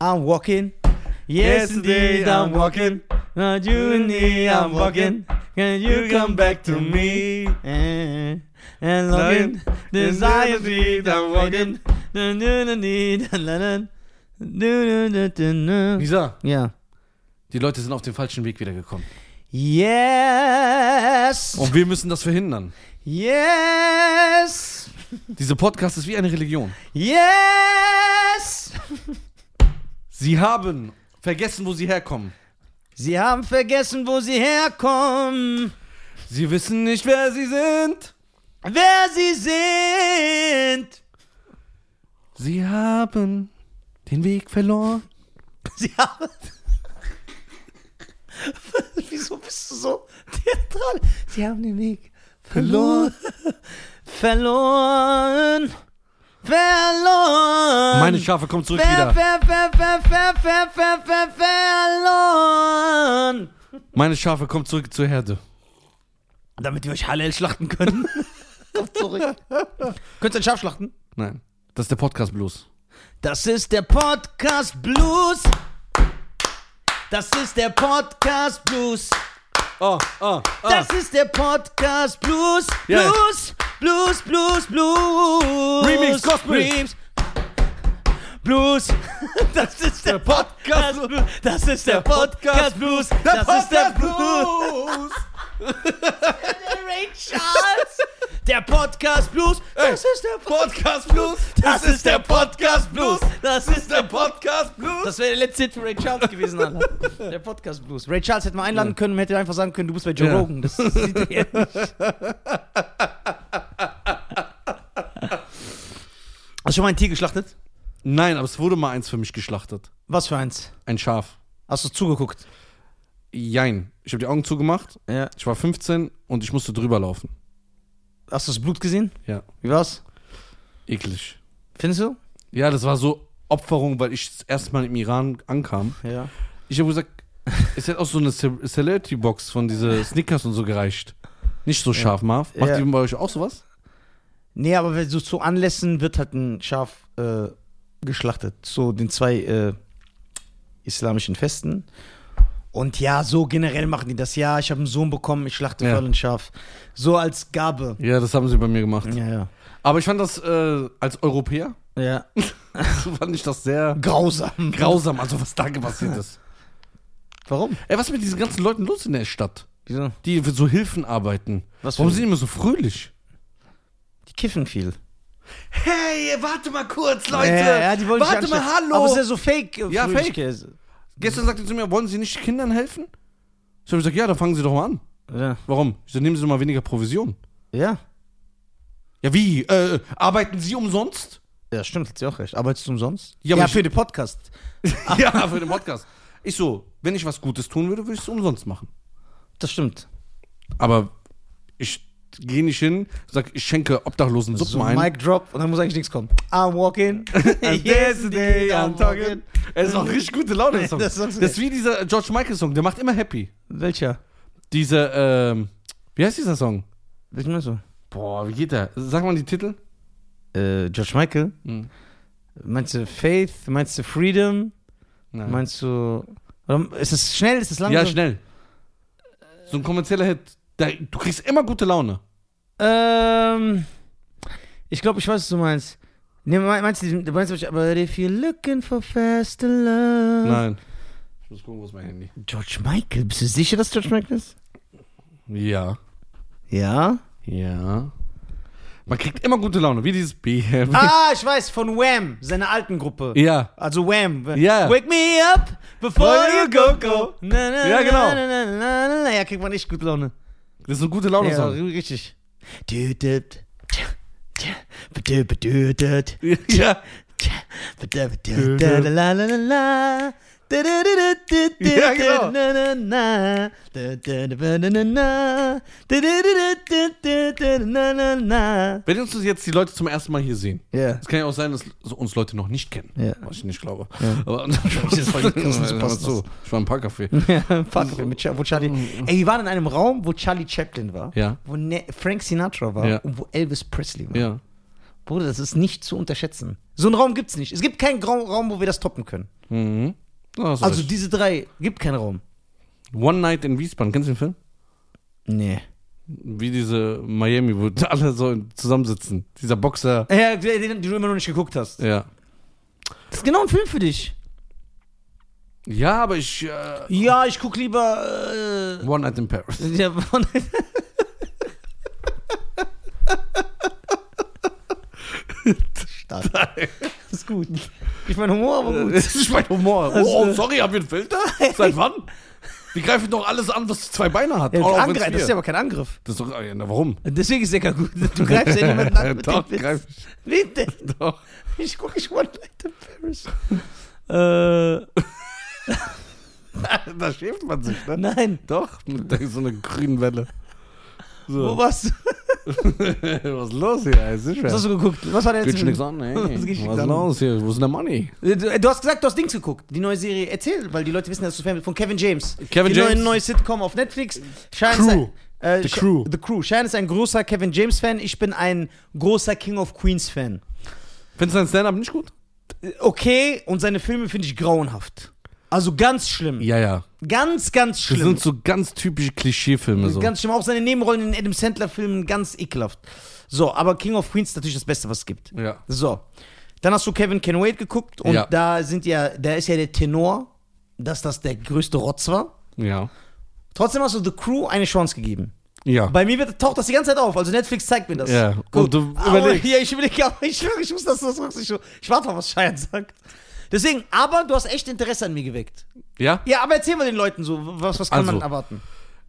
I'm walking. Yes, indeed, I'm walking. Not you and me, I'm walking. Can you come back to me? Eh, And longing, desire indeed, I'm walking. Na, na, na, na, na, na, na. Na, na, na, na, na. Lisa, Ja. die Leute sind auf den falschen Weg wiedergekommen. Yes! Und wir müssen das verhindern. Yes! Dieser Podcast ist wie eine Religion. Yes! Sie haben vergessen, wo sie herkommen. Sie haben vergessen, wo sie herkommen, Sie wissen nicht, wer sie sind. wer sie sind. Sie haben den Weg verloren. Sie haben. Wieso bist du so theatral? Sie haben den Weg verloren. Verloren. Verloren. Meine Schafe kommen zurück ver, wieder. ver, ver, ver, ver, ver, ver, ver, verloren. Meine Schafe kommen zurück zur Herde. Damit wir euch Hallel schlachten können. Kommt zurück. Könnt ihr ein Schaf schlachten? Nein, das ist der Podcast Blues. Das ist der Podcast Blues. Das ist der Podcast Blues. Oh, oh, Das ist der Podcast Blues. Ja. Blues, Blues, Blues, Blues. Remix, Gospel. Reams. Blues. Das ist der Podcast Blues. Das ist der Podcast Blues. Das ist der Blues. Blues. Ray Charles. Der Podcast Blues. Das ist der Podcast Blues. Das ist der Podcast Blues. Das ist der Podcast Blues. Das wäre der letzte Hit für Ray Charles gewesen, Alter. Der Podcast Blues. Ray Charles hätte man einladen können, man hätte einfach sagen können, du bist bei Joe Ja. Rogan. Das sieht er nicht. Hast du schon mal ein Tier geschlachtet? Nein, aber es wurde mal eins für mich geschlachtet. Was für eins? Ein Schaf. Hast du zugeguckt? Jein. Ich habe die Augen zugemacht. Ja. Ich war 15 und ich musste drüber laufen. Hast du das Blut gesehen? Ja. Wie war's? Eklig. Findest du? Ja, das war so Opferung, weil ich das erste Mal im Iran ankam. Ja. Ich habe gesagt, es hätte auch so eine Ce- Celebrity-Box von diese Snickers und so gereicht. Nicht so scharf, Marv. Macht Ja. ihr bei euch auch sowas? Nee, aber wenn so zu Anlässen wird halt ein Schaf äh, geschlachtet. So den zwei äh, islamischen Festen. Und ja, so generell machen die das. Ja, ich habe einen Sohn bekommen, ich schlachte Ja. voll ein Schaf. So als Gabe. Ja, das haben sie bei mir gemacht. Ja, ja. Mhm. Aber ich fand das äh, als Europäer, Ja. fand ich das sehr Grausam. grausam, also was da passiert ist. Warum? Ey, was ist mit diesen ganzen Leuten los in der Stadt? Wieso? Die für so Hilfen arbeiten. Was Warum für- sind die immer so fröhlich? Die kiffen viel. Hey, warte mal kurz, ja, ja, die wollen sich warte mal, anstecken. hallo. Aber es ist ja so fake. äh, Ja, fake. Fröhlichkeit. Gestern sagte sie zu mir, wollen Sie nicht Kindern helfen? Ich habe gesagt, ja, dann fangen Sie doch mal an. Ja. Warum? Ich so, nehmen Sie doch mal weniger Provision. ja. Ja, wie? Äh, arbeiten Sie umsonst? Ja, stimmt, hat sie auch recht. Arbeitest du umsonst? Ja, Ja, aber ja ich- für den Podcast. ja, für den Podcast. Ich so, wenn ich was Gutes tun würde, würde ich es umsonst machen. Das stimmt. Aber ich gehe nicht hin, sag, ich schenke Obdachlosen Suppen So ein. Mic drop und dann muss eigentlich nichts kommen. I'm walking. And that's the day I'm talking. Es ist auch richtig gute Laune, der Song. Das Das, Song ist- ist wie dieser George Michael Song, der macht immer happy. Welcher? Diese, ähm, wie heißt dieser Song? Welchen meinst du? Boah, wie geht der? Sag mal die Titel. Äh, George Michael? Hm. Meinst du Faith? Meinst du Freedom? Nein. Meinst du. Oder Ist es schnell? Ist es langsam? Ja, schnell. So ein kommerzieller Hit. Da, du kriegst immer gute Laune. Ähm. Ich glaube, ich weiß, was du meinst. Nee, mein- meinst du, du meinst, aber if you're looking for faster love. Nein. Hm? Ich muss gucken, wo ist mein Handy? George Michael, bist du sicher, dass George Michael ist? Ja. Ja. Ja. Man kriegt immer gute Laune, wie dieses BM. Ah, ich weiß, von Wham, seiner alten Gruppe. Ja. Also Wham. Ja. Wake me up before you go go. Na, na, Ja, genau. Na, na, na, na, na, na. Ja, kriegt man echt gute Laune. Das ist eine gute Laune Ja, Song. richtig. Du, du, tja, tja, bedu, bedu, du, tja, Ja. tja, bedu, bedu, da, da, la, la, la, la. Da, da, da, da, da, da, Ja, genau. da, na, na, na. Da, da, da, ba, na, na, na. Da, da, da, da, da, da, da, na, na, na. Wenn uns jetzt die Leute zum ersten Mal hier sehen, Ja. Es kann ja auch sein, dass uns Leute noch nicht kennen. Ja. Was ich nicht glaube. Ja. Aber ich, ist voll krass, dass du passt zu. ich war im Parkcafé. Fuck, mit Cha- wo Charlie. Ey, wir waren in einem Raum, wo Charlie Chaplin war, Ja. wo ne Frank Sinatra war Ja. und wo Elvis Presley war. Ja. Bruder, das ist nicht zu unterschätzen. So einen Raum gibt's nicht. Es gibt keinen Gra- Raum, wo wir das toppen können. Mhm. Da hast du Also recht. diese drei gibt keinen Raum. One Night in Wiesbaden, kennst du den Film? Nee. Wie diese Miami, wo alle so zusammensitzen. Dieser Boxer. Ja, den, den du immer noch nicht geguckt hast. Ja. Das ist genau ein Film für dich. Ja, aber ich. Äh, Ja, ich guck lieber. One Night in Paris. Äh, ja, von- Stark. Das ist gut. Ich mein Humor, aber gut. Das ist mein Humor. Also- oh, sorry, haben wir einen Filter? Seit wann? Die greifen doch alles an, was zwei Beine hat. Ja, auch wenn's angreif, vier. das ist ja aber kein Angriff. Das ist doch, ja, na, warum? Deswegen ist der kein gut. Du greifst ja niemanden an. mit dem Doch, Witz. greif ich. Wen denn? Doch. Ich gucke ich One Night in Paris. äh, Da schämt man sich, ne? nein. Doch, mit der- so einer grünen Welle. Wo So. warst du? Was ist los hier? Es ist Was hast du geguckt? Was war der Geht letzte schon nichts Film? an, ey. Das geht schon Was nix ist an. los hier? Wo ist denn der Money? Du, du hast gesagt, du hast Dings geguckt. Die neue Serie. Erzähl, weil die Leute wissen, dass du Fan bist. Von Kevin James. Kevin die James. Neue, neue Sitcom auf Netflix. Schein Crew. Ist ein, äh, The Sch- Crew. The Crew. Schein ist ein großer Kevin James-Fan. Ich bin ein großer King of Queens-Fan. Findest du dein Stand-Up nicht gut? Äh, Okay, und seine Filme finde ich grauenhaft. Also ganz schlimm. Ja, ja. Ganz, ganz Das schlimm. sind so ganz typische Klischeefilme. So. Ganz schlimm. Auch seine Nebenrollen in Adam Sandler-Filmen ganz ekelhaft. So, aber King of Queens ist natürlich das Beste, was es gibt. Ja. So. Dann hast du Kevin Can Wait geguckt und Ja. da sind ja, da ist ja der Tenor, dass das der größte Rotz war. Ja. Trotzdem hast du The Crew eine Chance gegeben. Ja. Bei mir wird, taucht das die ganze Zeit auf, also Netflix zeigt mir das. Ja, und Gut. du aber, überlegst. ja, ich überlege, aber ich, schwöre, ich muss das, das muss ich, ich warte mal, was Schein sagt. Deswegen, aber du hast echt Interesse an mir geweckt. ja? Ja, aber erzähl mal den Leuten so, was, was kann Also. man erwarten?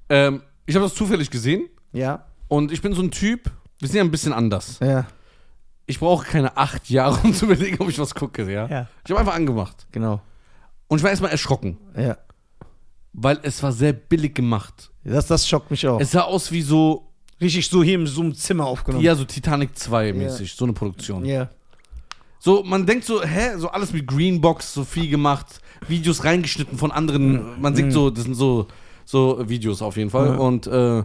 Ähm, ich habe das zufällig gesehen Ja. und ich bin so ein Typ, wir sind ja ein bisschen anders. Ja. Ich brauche keine acht Jahre, um zu überlegen, ob ich was gucke, ja? Ja. Ich habe einfach angemacht. Genau. Und ich war erstmal erschrocken, Ja. weil es war sehr billig gemacht. Das, das schockt mich auch. Es sah aus wie so, Richtig so hier im Zoom-Zimmer aufgenommen. ja, so Titanic 2 mäßig, so eine Produktion. Ja. So, man denkt so, hä, so alles mit Greenbox, so viel gemacht, Videos reingeschnitten von anderen. Man sieht so, das sind so, so Videos auf jeden Mhm. Fall. Ja. Und äh,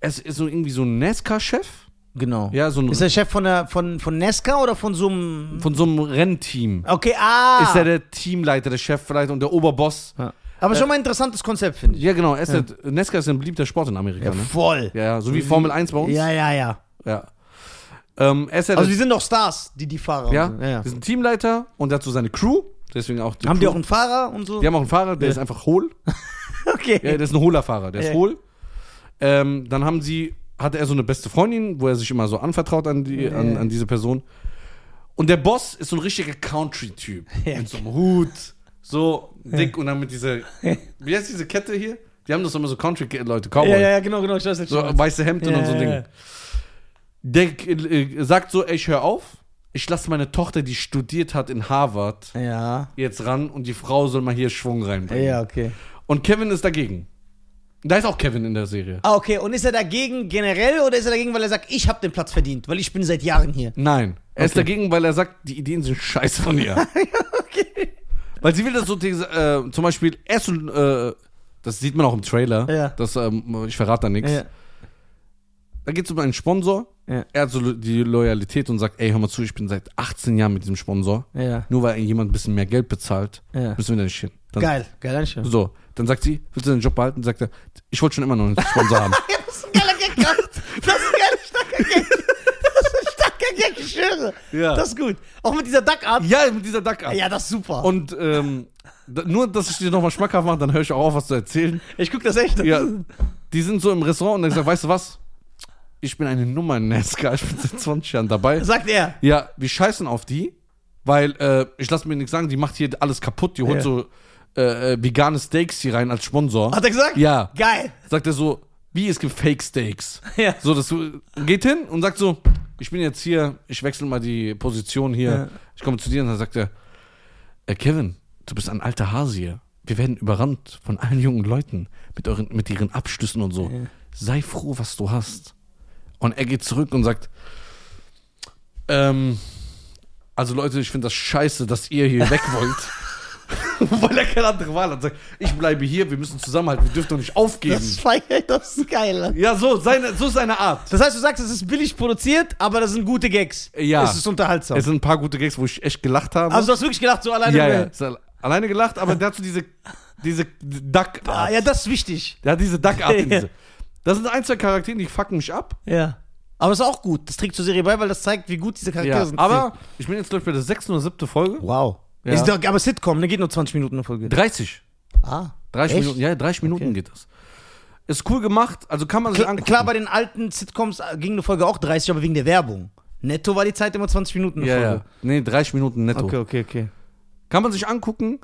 es ist so irgendwie so ein NASCAR-Chef. Genau. Ja, so ein, Ist der Chef von, der, von, von Nesca oder von so einem. von so einem Rennteam. Okay, ah! Ist er der Teamleiter, der Chef vielleicht und der Oberboss. Ja. Aber schon mal ein interessantes Konzept, finde ich. Ja, genau. Er ist Der, NASCAR ist ein beliebter Sport in Amerika, ne? voll. Ja, ja, so wie Formel 1 bei uns. Ja, ja, ja. ja. Ähm, er ist ja Also, die der, sind doch Stars, die die Fahrer. ja, und so. ja, ja. ist ein Teamleiter und dazu seine Crew. Deswegen auch die Haben die Crew. auch einen Fahrer und so? die haben auch einen Fahrer, der Ja. ist einfach hohl. okay. Ja, der ist ein hohler Fahrer, der ist Ja. hohl. Ähm, dann haben sie, hatte er so eine beste Freundin, wo er sich immer so anvertraut an, die, an, an diese Person. Und der Boss ist so ein richtiger Country-Typ. Ja. Mit so einem Hut, so dick und dann mit dieser, wie heißt diese Kette hier? Die haben das immer so Country-Leute, Cowboy. ja, ja, ja, genau, genau. Ich weiß nicht. So schon. weiße Hemden Ja, und so ja, Ding. ja. Der äh, sagt so, ey, ich hör auf. Ich lasse meine Tochter, die studiert hat in Harvard, ja. jetzt ran und die Frau soll mal hier Schwung reinbringen. Ja, okay. Und Kevin ist dagegen. Da ist auch Kevin in der Serie. Ah, okay. Und ist er dagegen generell oder ist er dagegen, weil er sagt, ich habe den Platz verdient, weil ich bin seit Jahren hier? Nein. Er ist dagegen, weil er sagt, die Ideen sind scheiße von ihr. Weil sie will das so, diese, äh, zum Beispiel, erst, äh, das sieht man auch im Trailer, Ja. das, ähm, ich verrate da nichts. Da geht es um einen Sponsor. Ja. Er hat so lo- die Loyalität und sagt, ey, hör mal zu, ich bin seit 18 Jahren mit diesem Sponsor. ja. Nur weil jemand ein bisschen mehr Geld bezahlt, Ja. müssen wir da nicht hin. Dann, Geil, geil, Anschluss. So, dann sagt sie, willst du deinen Job behalten? Sagt er, ich wollte schon immer noch einen Sponsor haben. Ja, das ist ein geiler Gag, Mann. Das ist ein geiler, starker Gag. Das ist ein starker Gag, ich schwöre. Ja. Das ist gut. Auch mit dieser Duckart. ja, mit dieser Duck Ja, das ist super. Und ähm, da, nur, dass ich dir nochmal schmackhaft mache, dann höre ich auch auf, was zu erzählen. ich guck das echt. Ja, die sind so im Restaurant und dann gesagt, weißt du was? Ich bin eine Nummer in NASCAR, ich bin seit 20 Jahren dabei. Sagt er. Ja, wir scheißen auf die, weil äh, ich lasse mir nichts sagen, die macht hier alles kaputt, die holt Ja. so äh, äh, vegane Steaks hier rein als Sponsor. Hat er gesagt? Ja, Geil. sagt er so, wie es gibt Fake Steaks. Ja. So, das geht hin und sagt so, ich bin jetzt hier, ich wechsle mal die Position hier, Ja. ich komme zu dir und dann sagt er, äh, Kevin, du bist ein alter Hase hier. Wir werden überrannt von allen jungen Leuten mit, euren, mit ihren Abschlüssen und so. Sei froh, was du hast. Und er geht zurück und sagt, ähm, also Leute, ich finde das scheiße, dass ihr hier weg wollt. Weil er keine andere Wahl hat. Sagt, ich bleibe hier, wir müssen zusammenhalten, wir dürfen doch nicht aufgeben. Das feier ich, das ist geil. ja, so, seine, so ist seine Art. Das heißt, du sagst, es ist billig produziert, aber das sind gute Gags. Ja. Es ist unterhaltsam. Es sind ein paar gute Gags, wo ich echt gelacht habe. also du hast wirklich gedacht, so alleine. ja, ja. Ist al- Alleine gelacht, aber dazu diese, diese Duck-Art. Ah, ja, das ist wichtig. Der hat diese Duck-Art in Ja. diese. Das sind ein, zwei Charaktere, die fucken mich ab. Ja. Aber das ist auch gut. Das trägt zur Serie bei, weil das zeigt, wie gut diese Charaktere Ja. sind. Aber ich bin jetzt, glaube ich, bei der sechsten oder siebten Folge. Wow. Ja. Ist doch, aber Sitcom, ne? Geht nur 20 Minuten eine Folge. 30. Ah. 30 Echt? Minuten, ja, 30 Minuten geht das. Ist cool gemacht, also kann man sich Klar, angucken. klar, bei den alten Sitcoms äh, ging eine Folge auch 30, aber wegen der Werbung. Netto war die Zeit immer 20 Minuten eine ja, ja. Folge. Nee, 30 Minuten netto. Okay, okay, okay. Kann man sich angucken,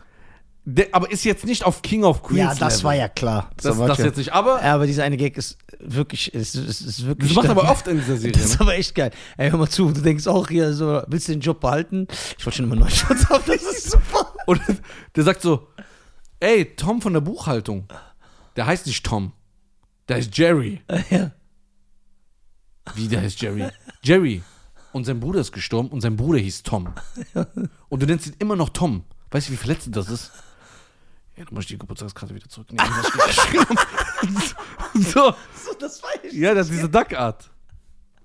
der, aber ist jetzt nicht auf King of Queens. Ja, das Level. war ja klar. Das, war das klar. jetzt nicht, aber Ja, aber dieser eine Gag ist wirklich, ist, ist, ist wirklich. das macht aber oft in dieser Serie. Das ist aber echt geil. Ey, hör mal zu, du denkst auch hier so, willst du den Job behalten? Ich wollte schon immer einen neuen Job haben, das ist super. Und der sagt so: Ey, Tom von der Buchhaltung. Der heißt nicht Tom. Der heißt Jerry. Ja. Wie, der heißt Jerry? Jerry. Und sein Bruder ist gestorben und sein Bruder hieß Tom. Und du nennst ihn immer noch Tom. Weißt du, wie verletzend das ist? Ja, dann muss ich die Geburtstagskarte wieder zurücknehmen. was ich geschrieben habe. so. So, das war ich. Ja, das ist diese Duck-Art.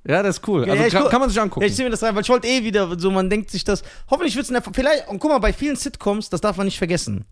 Ja, das ist cool. Also ja, ich kann, gu- kann man sich angucken. Ja, ich sehe mir das rein, weil ich wollte eh wieder so, man denkt sich das. Hoffentlich wird's in der. Vielleicht, und guck mal, bei vielen Sitcoms, das darf man nicht vergessen.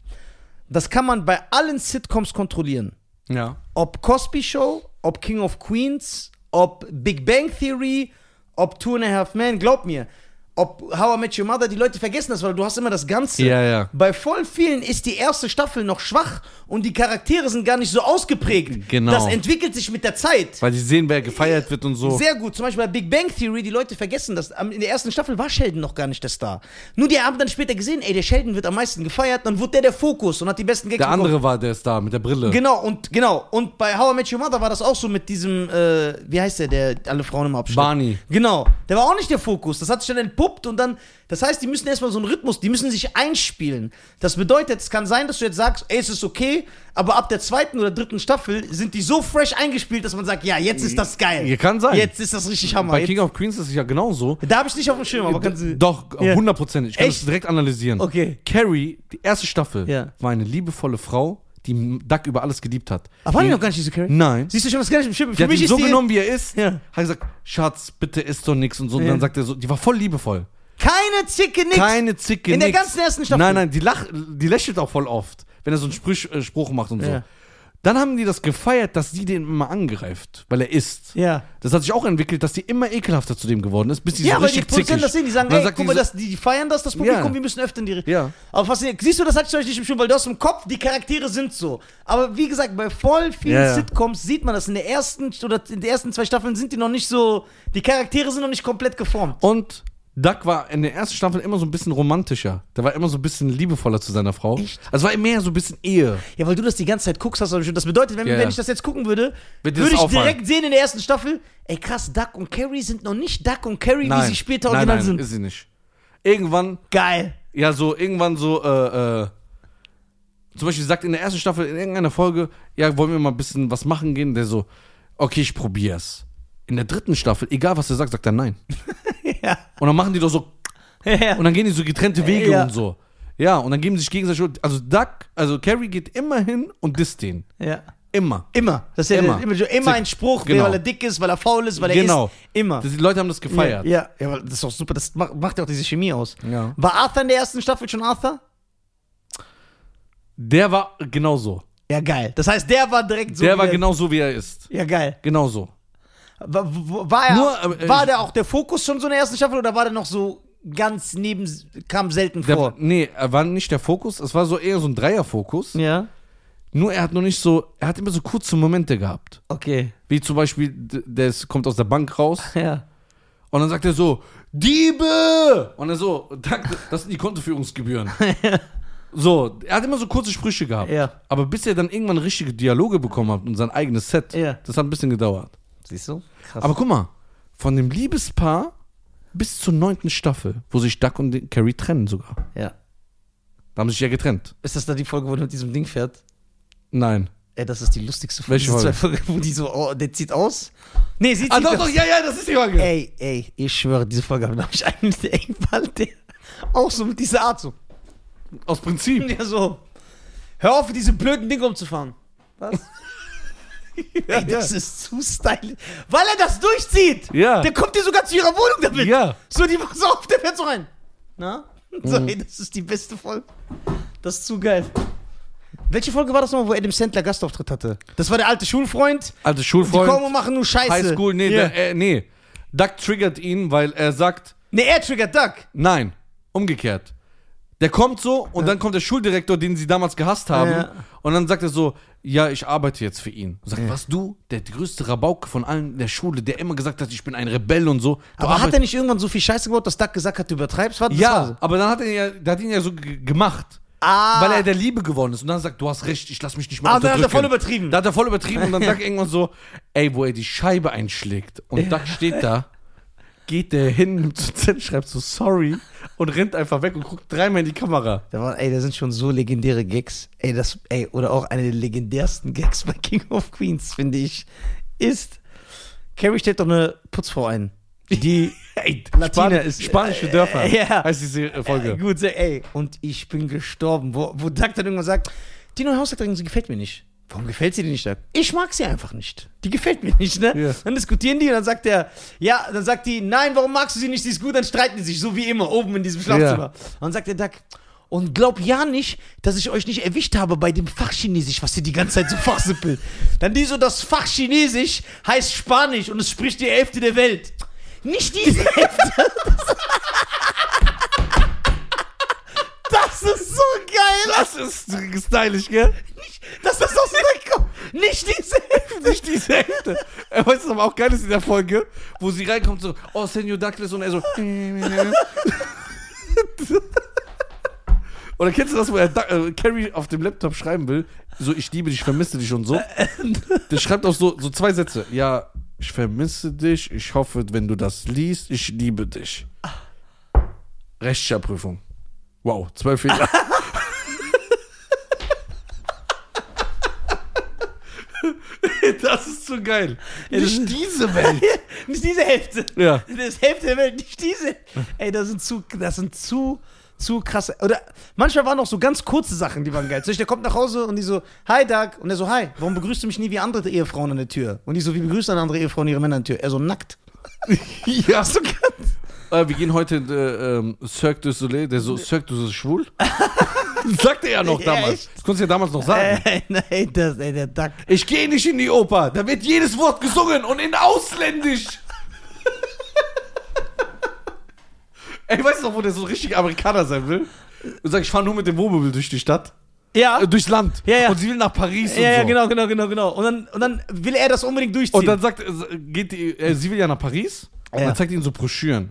Das kann man bei allen Sitcoms kontrollieren. ja. Ob Cosby Show, ob King of Queens, ob Big Bang Theory, ob Two and a Half Men, glaub mir. Ob How I Met Your Mother, die Leute vergessen das, weil du hast immer das Ganze. Ja, ja. Bei voll vielen ist die erste Staffel noch schwach und die Charaktere sind gar nicht so ausgeprägt. Genau. Das entwickelt sich mit der Zeit. Weil sie sehen, wer gefeiert wird und so. Sehr gut. Zum Beispiel bei Big Bang Theory, die Leute vergessen das. Am- In der ersten Staffel war Sheldon noch gar nicht der Star. Nur die haben dann später gesehen, ey, der Sheldon wird am meisten gefeiert, dann wurde der der Fokus und hat die besten Gags Der bekommen. andere war der Star mit der Brille. Genau, und genau. Und bei How I Met Your Mother war das auch so mit diesem, äh, wie heißt der, der alle Frauen im Abschnitt? Barney. Genau. Der war auch nicht der Fokus. Das hat sich dann entpuppt und dann, das heißt, die müssen erstmal so einen Rhythmus, die müssen sich einspielen. Das bedeutet, es kann sein, dass du jetzt sagst, ey, es ist okay, aber ab der zweiten oder dritten Staffel sind die so fresh eingespielt, dass man sagt, ja, jetzt ist das geil. Ja, kann sein. Jetzt ist das richtig Hammer. Bei Jetzt, King of Queens ist es ja genauso. da habe ich nicht auf dem Schirm, aber kannst du. Doch, Ja. hundertprozentig. Ich kann Echt? das direkt analysieren. Okay. Carrie, die erste Staffel, Ja. war eine liebevolle Frau, die Duck über alles geliebt hat. Aber war die Ah, noch gar nicht diese Carrie? Nein. Siehst du schon was gar nicht im Schirm? Die hat ihn so genommen, wie er ist. Ja. Hat gesagt, Schatz, bitte isst doch nichts und so. Und Ja. dann sagt er so, die war voll liebevoll. keine Zicke, nix. Keine Zicke, In der nix. ganzen ersten Staffel. Nein, nein, die, lach, die lächelt auch voll oft, wenn er so einen Sprüch, äh, Spruch macht und so. Ja. Dann haben die das gefeiert, dass sie den immer angreift, weil er isst. Ja. Das hat sich auch entwickelt, dass die immer ekelhafter zu dem geworden ist, bis die Ja, so aber die richtig Produzenten zickig. das sehen, die Und sagen, dann ey, sagt guck die mal, so- das, die, die feiern das, das Publikum, Ja. wir müssen öfter in die Re Ja. Aber faszinierend. Siehst du, das hatte ich euch nicht im Schirm, weil du hast im Kopf, die Charaktere sind so. Aber wie gesagt, bei voll vielen Ja, ja. Sitcoms sieht man das. In der ersten oder in den ersten zwei Staffeln sind die noch nicht so, die Charaktere sind noch nicht komplett geformt. Und Duck war in der ersten Staffel immer so ein bisschen romantischer. Der war immer so ein bisschen liebevoller zu seiner Frau. Echt? Also war mehr so ein bisschen Ehe. Ja, weil du das die ganze Zeit guckst, hast du schon. Das bedeutet, wenn, Ja, wenn ja. ich das jetzt gucken würde, Wird dir würde das ich auffallen. direkt sehen in der ersten Staffel, ey krass, Duck und Carrie sind noch nicht Duck und Carrie, wie sie später nein, original nein, sind. ist sie nicht. Irgendwann, Geil. ja so, irgendwann so, äh, äh, zum Beispiel sagt in der ersten Staffel, in irgendeiner Folge, ja, wollen wir mal ein bisschen was machen gehen? Der so, okay, ich probier's. In der dritten Staffel, egal was er sagt, sagt er nein. Ja. Und dann machen die doch so, ja. und dann gehen die so getrennte Wege Ja. und so. Ja, und dann geben sie sich gegenseitig, Schuld. also Duck, also Carrie geht immer hin und disst den. ja. Immer. Immer. Das ist ja immer, Immer. immer, immer ein Spruch, Genau. weil er dick ist, weil er faul ist, weil er Genau. ist. Immer. Das, die Leute haben das gefeiert. Ja, ja, weil das ist doch super. Das macht, macht ja auch diese Chemie aus. Ja. War Arthur in der ersten Staffel schon Arthur? Der war genauso. Ja, geil. Das heißt, der war direkt so. der wie war genau so, wie er ist. Ja, geil. Genauso. War, war, er, Nur, äh, war ich- der auch der Fokus schon so in der ersten Staffel oder war der noch so ganz neben, kam selten Der, vor? Nee, er war nicht der Fokus. Es war so eher so ein Dreierfokus. Ja. Nur er hat noch nicht so, er hat immer so kurze Momente gehabt. Okay. Wie zum Beispiel, d- der ist, kommt aus der Bank raus Ja. und dann sagt er so, Diebe! Und er so, danke, das sind die Kontoführungsgebühren. so, er hat immer so kurze Sprüche gehabt. Ja. Aber bis er dann irgendwann richtige Dialoge bekommen hat und sein eigenes Set, Ja. das hat ein bisschen gedauert. Siehst du? Krass. Aber guck mal, von dem Liebespaar bis zur neunten Staffel, wo sich Duck und Carrie trennen sogar. ja. Da haben sie sich ja getrennt. Ist das da die Folge, wo du mit diesem Ding fährt? Nein. Ey, das ist die lustigste Folge. Welche Diese Folge? zwei Folgen, wo die so, oh, der zieht aus. Nee, sie zieht Ah, doch, aus. doch, ja, ja, das ist die Frage. Ey, ey, ich schwöre, diese Folge habe ich eigentlich ey, weil der auch so mit dieser Art so. Aus Prinzip. Ja, so. Hör auf, mit diesem blöden Ding umzufahren. Was? Ey, das ist zu stylisch. Weil er das durchzieht. Ja. Der kommt dir sogar zu ihrer Wohnung damit. Ja. Mhm. So, die pass auf, der fährt so rein. Na? So, ey, das ist die beste Folge. Das ist zu geil. Welche Folge war das nochmal, wo Adam Sandler Gastauftritt hatte? Das war der alte Schulfreund. Also Die kommen Schulfreund, und machen nur Scheiße. Highschool, nee, Ja. der, äh, nee. Duck triggert ihn, weil er sagt, Nee, er triggert Duck. nein, umgekehrt. Der kommt so und dann kommt der Schuldirektor, den sie damals gehasst haben. Ja. Und dann sagt er so, ja, ich arbeite jetzt für ihn. Und sagt, was, du? Der größte Rabauke von allen in der Schule, der immer gesagt hat, ich bin ein Rebell und so. Du Aber hat arbeitest- er nicht irgendwann so viel Scheiße gebaut, dass Duck gesagt hat, du übertreibst? Warte, das war so. ja, aber dann hat er, ja, der hat ihn ja so g- gemacht. Ah. Weil er der Liebe geworden ist. Und dann sagt, du hast recht, ich lass mich nicht mehr Ah, dann hat er unterdrücken. voll übertrieben. Da hat er voll übertrieben und dann sagt er irgendwann so, ey, wo er die Scheibe einschlägt und Duck steht da, geht der hin, nimmt so einen Zettel, schreibt so sorry und rennt einfach weg und guckt dreimal in die Kamera. Da war, ey, da sind schon so legendäre Gags. Ey, das, ey, oder auch eine der legendärsten Gags bei King of Queens, finde ich, ist, Carrie stellt doch eine Putzfrau ein. Die Ey, Latina ist- Spanische Dörfer Äh, ja. heißt diese äh, Folge. Äh, gut, sehr, ey, und ich bin gestorben. Wo, wo Doug dann irgendwann sagt, die neue Haushälterin, sie gefällt mir nicht. Warum gefällt sie dir nicht, Doug? Ich mag sie einfach nicht. Die gefällt mir nicht, ne? Ja. Dann diskutieren die und dann sagt er, ja, dann sagt die, nein, warum magst du sie nicht, sie ist gut, dann streiten die sich, so wie immer, oben in diesem Schlafzimmer. Und dann sagt der Doug, und glaub ja nicht, dass ich euch nicht erwischt habe bei dem Fachchinesisch, was ihr die ganze Zeit so fachsippelt. Dann die so, das Fachchinesisch heißt Spanisch und es spricht die Hälfte der Welt. Nicht diese Hälfte. Das ist so geil, Das ist stylisch, gell? dass das aus mir kommt. Nicht diese Hälfte. Nicht diese Hälfte. Er weiß es aber auch geil ist in der Folge, wo sie reinkommt so, oh, Senor Douglas und er so. Oder kennst du das, wo er Doug- äh, Carrie auf dem Laptop schreiben will? So, ich liebe dich, ich vermisse dich und so. Der schreibt auch so, so zwei Sätze. Ja, ich vermisse dich, ich hoffe, wenn du das liest, ich liebe dich. Rechtschreibprüfung. Wow, zwei Fehler. das ist zu geil. Nicht diese Welt. Nicht diese Hälfte. Ja. Das Hälfte der Welt, nicht diese. Ey, das sind zu, das sind zu, zu krasse. Oder manchmal waren auch so ganz kurze Sachen, die waren geil. Zum Beispiel, der kommt nach Hause und die so, hi Doug. Und er so, hi, warum begrüßt du mich nie wie andere Ehefrauen an der Tür? Und die so, wie begrüßt eine andere Ehefrau und ihre Männer an der Tür? Er so, nackt. Ja. Äh, wir gehen heute in äh, ähm, Cirque du Soleil, der so Cirque du Soleil ist schwul. Sagte er ja noch Ja, damals. echt? Äh. Das konntest du ja damals noch sagen. Ey, ey, das, ey, der Duck. Ich gehe nicht in die Oper, da wird jedes Wort gesungen und in ausländisch. Ey, weißt du noch, wo der so richtig Amerikaner sein will? Und sagt, ich fahre nur mit dem Wohnmobil durch die Stadt. Ja. Äh, durchs Land. Ja, ja. Und sie will nach Paris Ja, und so. ja, genau, genau, genau, genau. Und dann, und dann will er das unbedingt durchziehen. Und dann sagt, äh, geht die, äh, sie will ja nach Paris. Und Ja. dann zeigt ihnen so Broschüren.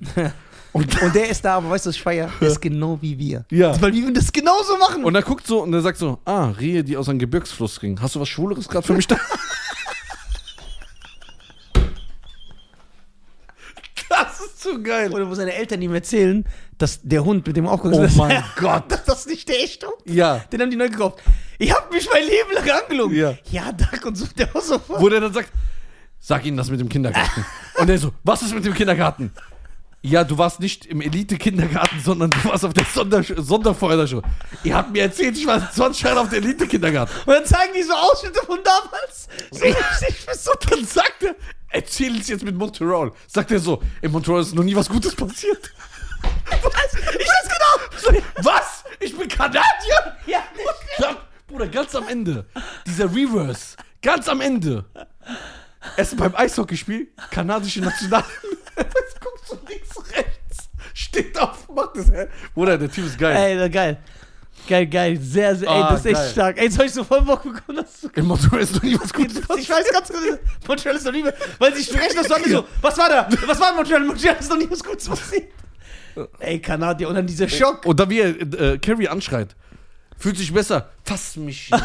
Und der ist da, aber weißt du, was ich feier? Der ist genau wie wir. Ja. Weil wir würden das genauso machen. Und er guckt so und er sagt so, ah, Rehe, die aus einem Gebirgsfluss gingen. Hast du was Schwuleres gerade für mich da? das ist zu geil. Oder wo seine Eltern ihm erzählen, dass der Hund, mit dem er aufgewachsen Oh ist, mein Gott. dass das nicht der echte Hund ist. Ja. Den haben die neu gekauft. Ich hab mich mein Leben lang angelogen. Ja. ja Duck und so, der war so Wo der dann sagt, sag ihnen das mit dem Kindergarten. und er so, was ist mit dem Kindergarten? Ja, du warst nicht im Elite-Kindergarten, sondern du warst auf der Sonder Sonderförderschule. Ihr habt mir erzählt, ich war 20 Jahre auf der Elite-Kindergarten. Und dann zeigen die so Ausschnitte von damals. So richtig für so Dann sagt er, erzähl es jetzt mit Montreal. Sagt er so, in Montreal ist noch nie was Gutes passiert. was. Ich weiß genau. Was? Ich bin Kanadier? Ja. Dann, Bruder, ganz am Ende. Dieser Reverse. Ganz am Ende. Erst beim Eishockeyspiel, kanadische National. Jetzt guckst du links, rechts. Steht auf, macht das. hä? Bruder, der Typ ist geil. Ey, geil. Geil, geil. Sehr, sehr, ey, Ah, das ist echt geil. stark. Ey, jetzt hab ich so voll Bock bekommen, das zu Im Motor ist noch nie was Gutes. Ich weiß ganz genau, Montreal ist noch nie, weil sie sprechen das alle so, was war da? Was war in Montreal? Montreal ist noch nie was Gutes passiert. Ey, Kanadier, und dann dieser Schock. Und da wie er äh, Carrie anschreit, fühlt sich besser. Fass mich nicht an.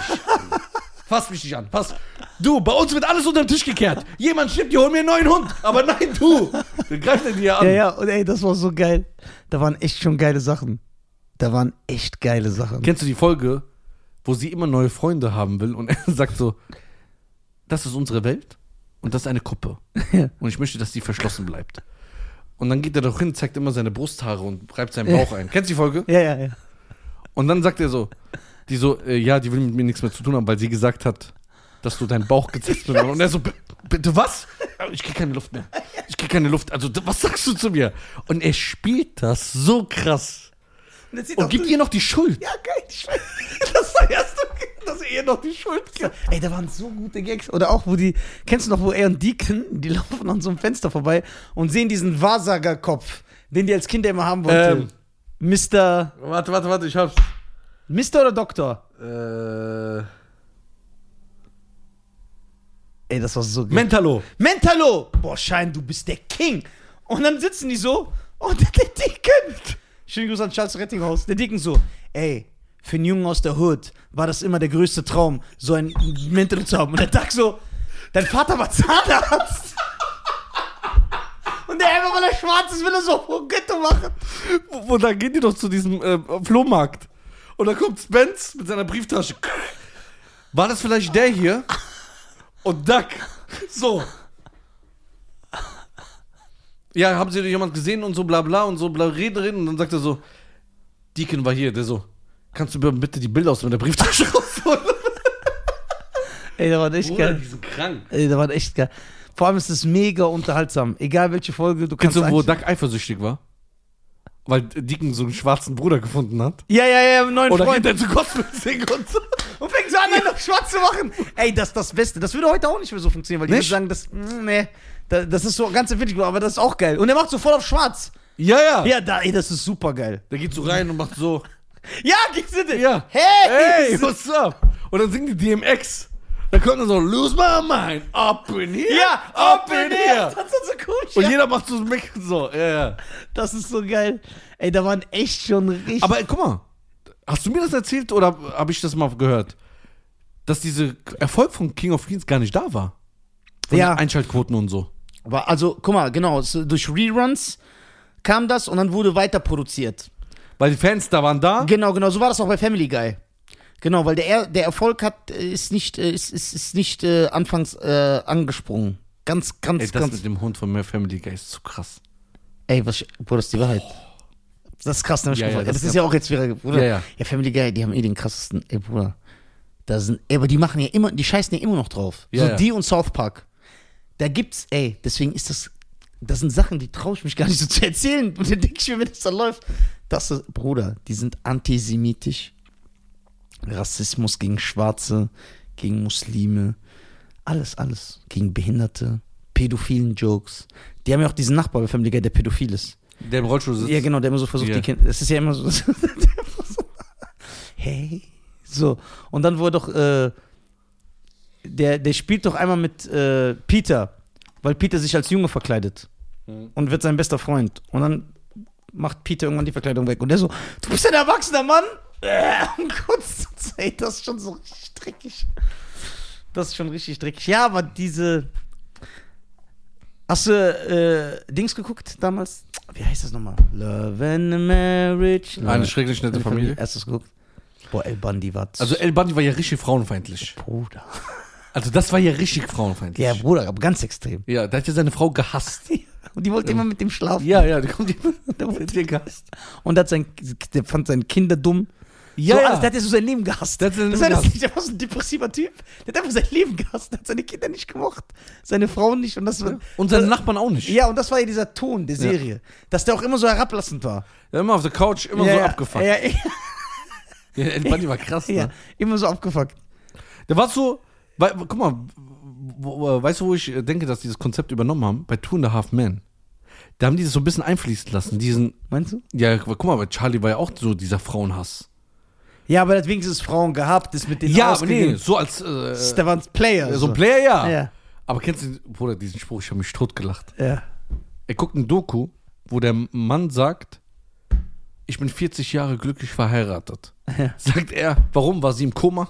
Fass mich nicht an. Fass. Du, bei uns wird alles unter den Tisch gekehrt. Jemand schippt, die holen mir einen neuen Hund. Aber nein, du. Dann greift er dir an. Ja, ja, und ey, das war so geil. Da waren echt schon geile Sachen. Da waren echt geile Sachen. Kennst du die Folge, wo sie immer neue Freunde haben will und er sagt so, das ist unsere Welt und das ist eine Kuppe. Ja. Und ich möchte, dass die verschlossen bleibt. Und dann geht er doch hin, zeigt immer seine Brusthaare und reibt seinen Bauch ein. Kennst du die Folge? Ja, ja, ja. Und dann sagt er so, die so, äh, ja, die will mit mir nichts mehr zu tun haben, weil sie gesagt hat, dass du deinen Bauch gesetzt hast. Und er so, "B- bitte was? Ich krieg keine Luft mehr. Ich krieg keine Luft. Also, d- was sagst du zu mir? Und er spielt das so krass. Und, das sieht Und doch gibt durch. ihr noch die Schuld. Ja, geil, die Scheiße. Das ist der erste, dass er ihr noch die Schuld gibt. Ey, da waren so gute Gags. Oder auch, wo die, kennst du noch, wo er und Deacon, die laufen an so einem Fenster vorbei und sehen diesen Wahrsagerkopf, den die als Kinder immer haben wollten. Mr. Warte, warte, warte, ich hab's. Mr. oder Doktor? Äh, Ey, das war so geil. Mentalo. Mentalo! Boah, Schein, du bist der King! Und dann sitzen die so und der Dicken. Schönen Gruß an Charles Rettinghaus. Der Dicken so, ey, für einen Jungen aus der Hood war das immer der größte Traum, so ein Mentalo zu haben. Und der Tag so, dein Vater war Zahnarzt! Und der einfach, weil er schwarz ist, will er so Ghetto machen. Wo, wo, da gehen die doch zu diesem äh, Flohmarkt. Und da kommt Spence mit seiner Brieftasche. War das vielleicht der hier? Und Duck. So. Ja, haben sie jemand gesehen und so bla bla und so bla reden, reden. Und dann sagt er so, Deacon war hier. Der so, kannst du mir bitte die Bilder aus meiner Brieftasche rausholen? Ey, der war echt Bruder, die sind krank. Ey, der war echt geil. Vor allem ist es mega unterhaltsam. Egal welche Folge, du Kennst kannst. du, wo eigentlich- Duck eifersüchtig war? Weil Deacon so einen schwarzen Bruder gefunden hat. ja, ja, ja, im neuen Oder Freund. geht er zu Cosmosing und so? Und fängt so an, einen auf schwarz zu machen. Ey, das ist das Beste. Das würde heute auch nicht mehr so funktionieren, weil die Nicht? würden sagen, das, mm, nee, da- das ist so ganz empfindlich, aber das ist auch geil. Und er macht so voll auf schwarz. Ja, ja. Ja, da, ey, das ist super geil. Der geht so rein und macht so. Ja, geht's denn? Ja. Hey! Hey, what's up? Und dann singen die DMX. Da kommt dann so, lose my mind, up in here, Ja, up in here. Das ist so komisch. Und ja. jeder macht so mit so, ja, ja. Das ist so geil. Ey, da waren echt schon richtig. Aber äh, guck mal, hast du mir das erzählt oder habe ich das mal gehört? Dass dieser Erfolg von King of Queens gar nicht da war. Von Ja. den Einschaltquoten und so. Aber also, guck mal, genau, es- durch Reruns kam das und dann wurde weiter produziert. Weil die Fans da waren da. Genau, genau, so war das auch bei Family Guy. Genau, weil der, Er- der Erfolg hat, äh, ist nicht, äh, ist, ist, ist nicht äh, anfangs äh, angesprungen. Ganz, ganz, Ey, das ganz. mit dem Hund von My Family Guy ist zu krass. Ey, was, Bruder, das ist die Wahrheit. Das ist krass, ne? hab ich Oh. Ja, ja, gefragt. das das, ist ist ja auch jetzt wieder, Bruder. Ja, ja. Family Guy, die haben eh den krassesten, ey, Bruder. Da sind, ey, aber die machen ja immer, die scheißen ja immer noch drauf. Ja, so ja. die und South Park. Da gibt's, ey, deswegen ist das, das sind Sachen, die traue ich mich gar nicht so zu erzählen. Und dann denke ich mir, wenn das dann läuft. Das ist, Bruder, die sind antisemitisch. Rassismus gegen Schwarze, gegen Muslime, alles, alles. Gegen Behinderte, pädophilen Jokes. Die haben ja auch diesen Nachbar bei Family Guy, der pädophil ist. Der im Rollstuhl sitzt. Ja, genau, der immer so versucht, Ja. die Kinder. Es ist ja immer so. der immer so- hey. So. Und dann wurde doch. Äh, der, der spielt doch einmal mit äh, Peter, weil Peter sich als Junge verkleidet. Mhm. Und wird sein bester Freund. Und dann macht Peter irgendwann die Verkleidung weg. Und der so: Du bist ein erwachsener Mann! Äh, Und kurz, ey, das ist schon so richtig dreckig. Das ist schon richtig dreckig. Ja, aber diese. Hast du äh, Dings geguckt damals? Wie heißt das nochmal? Love and Marriage. Eine schrecklich nette Eine Familie. Erstes geguckt. Boah, El Bandi war Also El Bandi war ja richtig frauenfeindlich. Bruder. Also das war ja richtig frauenfeindlich. Ja, Bruder, aber ganz extrem. Ja, der hat ja seine Frau gehasst. Und die wollte immer mit dem schlafen. Ja, ja, die kommt immer. Der wollte den gehasst. Und hat sein, der fand seine Kinder dumm. Ja, so, ja. Alles, der hat ja so sein Leben gehasst. Der hat sein das Leben war das gehasst. nicht, der war so ein depressiver Typ. Der hat einfach sein Leben gehasst. Der hat seine Kinder nicht gemocht. Seine Frau nicht. Und das war, Und seine Nachbarn auch nicht. Ja, und das war ja dieser Ton der Serie. Dass der auch immer so herablassend war. Ja, Immer auf der Couch, immer ja, so ja, abgefuckt. Ja, ja, Ja, El Bandi war krass, ja, ne? immer so abgefuckt. Der war so, wei- guck mal, wo, wo- weißt du, wo ich äh, denke, dass die das Konzept übernommen haben? Bei Two and a Half Men. Da haben die das so ein bisschen einfließen lassen, diesen, Meinst du? ja, guck mal, bei Charlie war ja auch so dieser Frauenhass. Ja, aber deswegen ist es Frauen gehabt, ist mit den aber nee, ausgegangen. so als, äh, Da waren Player. so ein Player, ja. Ja. Aber kennst du, Bruder, diesen Spruch, ich habe mich totgelacht. Ja. Er guckt ein Doku, wo der Mann sagt, ich bin 40 Jahre glücklich verheiratet. Ja. Sagt er, warum war sie im Koma?